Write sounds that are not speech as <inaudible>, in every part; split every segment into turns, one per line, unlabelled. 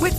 With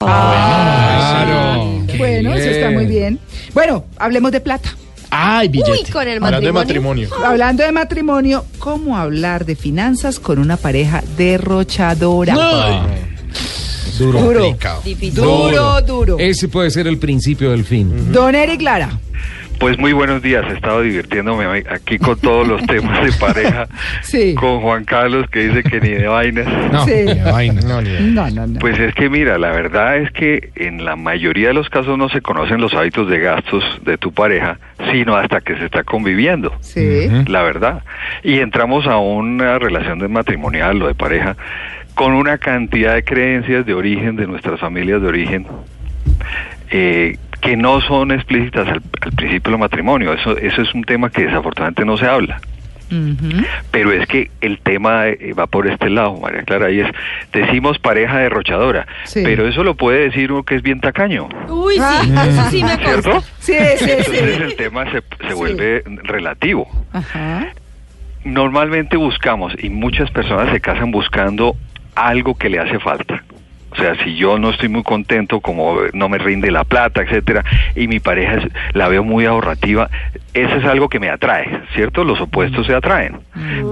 Claro. qué
Bueno, eso está muy bien. Bueno, hablemos de plata.
Ay, billete.
Uy, con el
Hablando de
matrimonio.
matrimonio.
Hablando de matrimonio, ¿cómo hablar de finanzas con una pareja derrochadora?
Duro.
Duro.
Complicado.
Duro, duro.
Ese puede ser el principio del fin.
Don Eric Lara.
Pues muy buenos días, he estado divirtiéndome aquí con todos los temas de pareja,
Sí.
con Juan Carlos que dice que ni de vainas.
No,
Sí.
qué vaina. No, ni idea.
No, no, no.
Pues es que mira, la verdad es que en la mayoría de los casos no se conocen los hábitos de gastos de tu pareja, sino hasta que se está conviviendo.
Sí.
Pues,
la verdad. Y entramos a una relación de matrimonial o de pareja con una cantidad de creencias de origen, de nuestras familias de origen, eh, que no son explícitas al, al principio del matrimonio. Eso, eso es un tema que desafortunadamente no se habla.
Ujú.
Pero es que el tema eh, va por este lado, María Clara, y es, decimos pareja derrochadora,
Sí.
pero eso lo puede decir uno que es bien
<laughs>
tacaño,
Uy, sí, eso <laughs> sí me consta.
¿cierto?
Sí,
<laughs>
sí,
Entonces
sí.
el tema se, se vuelve relativo.
Ajá.
Normalmente buscamos, y muchas personas se casan buscando algo que le hace falta. O sea, si yo no estoy muy contento, como no me rinde la plata, etcétera, y mi pareja es- la veo muy ahorrativa, eso es algo que me atrae, ¿cierto? Los opuestos se atraen.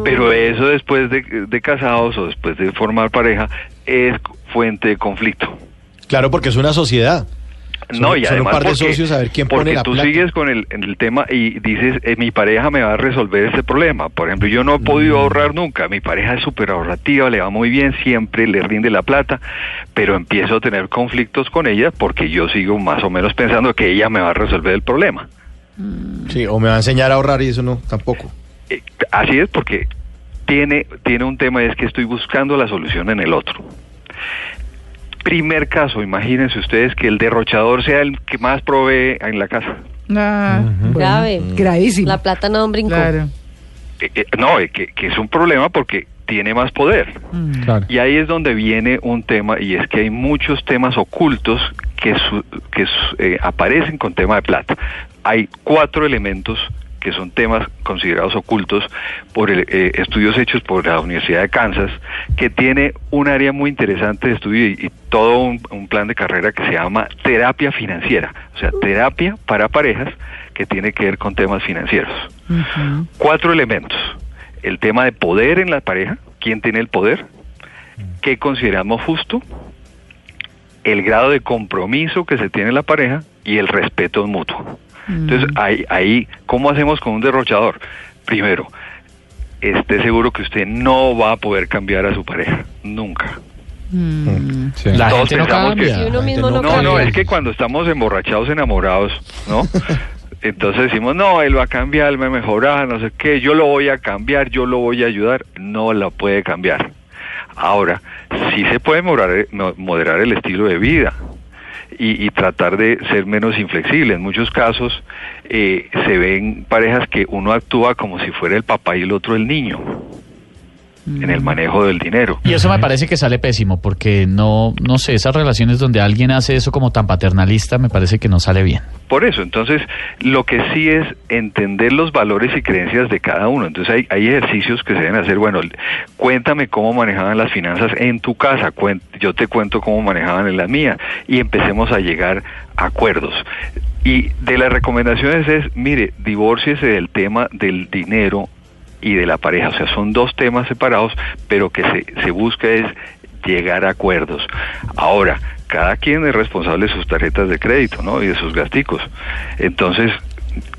Pero eso después de, de casados o después de formar pareja es fuente de conflicto.
Claro, porque es una sociedad. Son-
No, y
son un
además
par de
porque,
socios a ver quién
porque
pone la
tú
plata.
sigues con el, el tema y dices, eh, mi pareja me va a resolver ese problema. Por ejemplo, yo no he
Mm.
podido ahorrar nunca. Mi pareja es súper ahorrativa, le va muy bien, siempre le rinde la plata, pero empiezo a tener conflictos con ella porque yo sigo más o menos pensando que ella me va a resolver el problema.
Sí, o me va a enseñar a ahorrar y eso no, tampoco.
Eh, así es porque tiene, tiene un tema, es que estoy buscando la solución en el otro. Primer caso, imagínense ustedes que el derrochador sea el que más provee en la casa.
Ah, bueno.
Grave.
Gravísimo.
La plata no da un brinco.
Claro.
Eh, eh, no, eh, que, que es un problema porque tiene más poder.
Mm.
Claro.
Y ahí es donde viene un tema y es que hay muchos temas ocultos que, su- que su- eh, aparecen con tema de plata. Hay cuatro elementos que son temas considerados ocultos por el- eh, estudios hechos por la Universidad de Kansas, que tiene un área muy interesante de estudio y, y todo un, un plan de carrera que se llama terapia financiera, o sea, terapia para parejas que tiene que ver con temas financieros
Ujú.
cuatro elementos. El tema de poder en la pareja, quién tiene el poder, qué consideramos justo, el grado de compromiso que se tiene en la pareja y el respeto mutuo. Entonces, ahí, ahí, ¿cómo hacemos con un derrochador? Primero, esté seguro que usted no va a poder cambiar a su pareja, nunca.
La
Todos
gente no
pensamos que-
cambia.
Si uno
Ah, la gente
mismo no
No, no,
cambia.
es que cuando estamos emborrachados, enamorados,
<laughs>
¿no? Entonces decimos, no, él va a cambiar, él me mejora, no sé qué, yo lo voy a cambiar, yo lo voy a ayudar. No la puede cambiar. Ahora, sí se puede morar- mo- moderar el estilo de vida y, y tratar de ser menos inflexible. En muchos casos eh, se ven parejas que uno actúa como si fuera el papá y el otro el niño en
Mm.
el manejo del dinero.
Y eso me parece que sale pésimo, porque no, no sé, esas relaciones donde alguien hace eso como tan paternalista, me parece que no sale bien.
Por eso, entonces, lo que sí es entender los valores y creencias de cada uno. Entonces, hay, hay ejercicios que se deben hacer. Bueno, l- cuéntame cómo manejaban las finanzas en tu casa, cuen- yo te cuento cómo manejaban en la mía, y empecemos a llegar a acuerdos. Y de las recomendaciones es, mire, divórciese del tema del dinero y de la pareja. O sea, son dos temas separados, pero que se, se busca es llegar a acuerdos. Ahora, cada quien es responsable de sus tarjetas de crédito, ¿no? Y de sus gasticos. Entonces,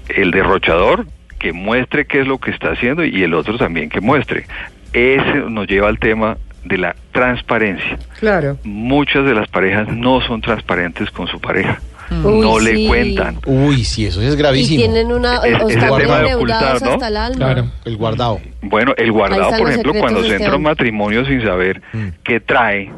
el derrochador que muestre qué es lo que está haciendo y el otro también que muestre. Eso nos lleva al tema de la transparencia.
Claro.
Muchas de las parejas no son transparentes con su pareja.
Uy,
no
sí.
le cuentan.
Uy, sí, eso sí es
Y
gravísimo.
tienen una.
Es-
o
es
están
el tema de
endeudados
ocultar, ¿no?
hasta el alma.
Claro, el guardado.
Bueno, el
Ahí
guardado,
están
por
los
ejemplo,
secretos
cuando
de
Mm.
se entra a un
Esteban.
matrimonio sin saber qué trae,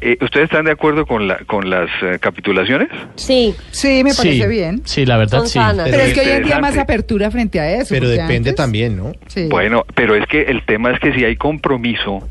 Eh, ¿Ustedes están de acuerdo con, la, con las eh, capitulaciones?
Sí,
Sí, me parece
sí,
bien.
Sí, la verdad
Son
sí. este-
sanas.
Pero es que hoy en día hay más
Interesante.
apertura frente a eso.
Pero
porque
depende
antes-
también, ¿no?
Sí.
Bueno, pero es que el tema es que si hay compromiso,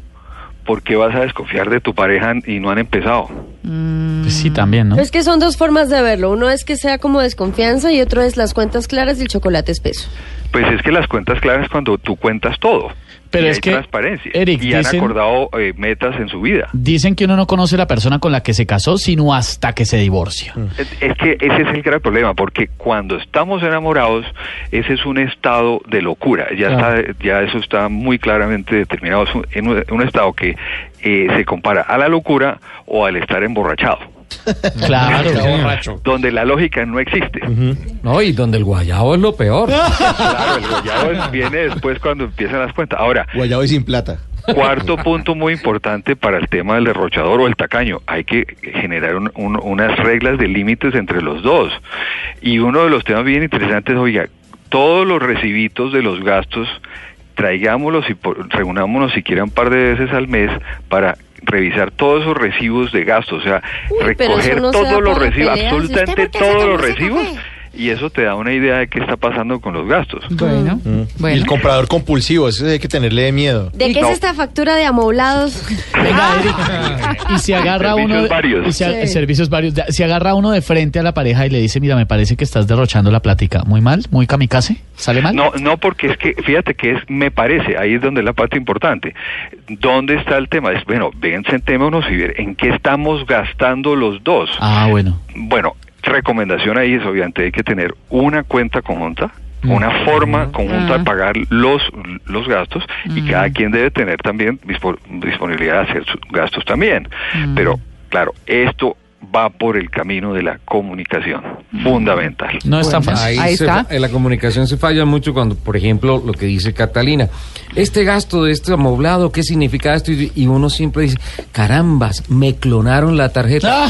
¿por qué vas a desconfiar de tu pareja y no han empezado?
Pues sí, también, ¿no?
Pero es que son dos formas de verlo. Uno es que sea como desconfianza y otro es las cuentas claras y el chocolate espeso.
Pues es que las cuentas claras es cuando tú cuentas todo.
Pero
y
es
hay
que,
transparencia.
Eric,
y han
dicen-
acordado eh, metas en su vida.
Dicen que uno no conoce la persona con la que se casó, sino hasta que se divorcia.
Es es que ese es el gran problema, porque cuando estamos enamorados, ese es un estado de locura. Ya,
Claro.
está, ya eso está muy claramente determinado. Es un, en un- un estado que eh, se compara a la locura o al estar emborrachado,
Claro.
donde la lógica no existe.
No, y donde el guayabo es lo peor.
Ah,
Claro, el guayabo viene después cuando empiezan las cuentas. Ahora,
Guayabo y sin plata.
Cuarto punto muy importante para el tema del derrochador o el tacaño. Hay que generar un- un- unas reglas de límites entre los dos. Y uno de los temas bien interesantes, oiga, todos los recibitos de los gastos, traigámoslos y por- reunámonos siquiera un par de veces al mes para revisar todos esos recibos de gastos, o sea,
Uy, pero
recoger
eso no se da
todos los
por
recibos,
peleas. ¿Y usted por
absolutamente
qué se
todos
tomó
los
ese
recibos, y eso te da una idea de qué está pasando con los gastos.
Bueno, bueno.
Y el comprador compulsivo, ese hay que tenerle miedo.
¿De qué
no.
es esta factura de amoblados?
Venga, Eric, y si agarra
Servicios
uno de,
varios.
y si a-
Sí.
servicios varios, Ya, si agarra uno de frente a la pareja y le dice, mira, me parece que estás derrochando la plática, muy mal, muy kamikaze, sale mal.
No, no, porque es que, fíjate que es, me parece, ahí es donde es la parte importante. ¿Dónde está el tema? Es, bueno, ven, sentémonos y ver en qué estamos gastando los dos.
Ah, bueno.
Bueno, recomendación ahí es, obviamente, hay que tener una cuenta conjunta, una forma conjunta de pagar los, los gastos y cada quien debe tener también dispo- disponibilidad de hacer sus gastos también. Pero, claro, esto va por el camino de la comunicación, fundamental.
No es tan fácil.
Ahí,
Ahí
se
está.
fa- en la comunicación se falla mucho cuando, por ejemplo, lo que dice Catalina, este gasto de este amoblado, ¿qué significa esto? Y y uno siempre dice, carambas, me clonaron la tarjeta.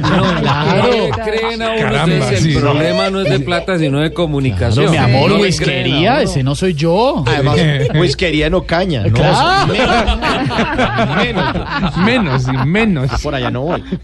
no,
Claro.
no le creen a uno.
Caramba,
Entonces, el
sí, sí.
problema no es de plata, sino de comunicación.
Claro, mi amor,
No le creen a
whiskería,
uno.
ese no soy yo.
Además, whiskería no caña, ¿no?
Claro.
Menos.
Menos, menos.
Por allá no voy.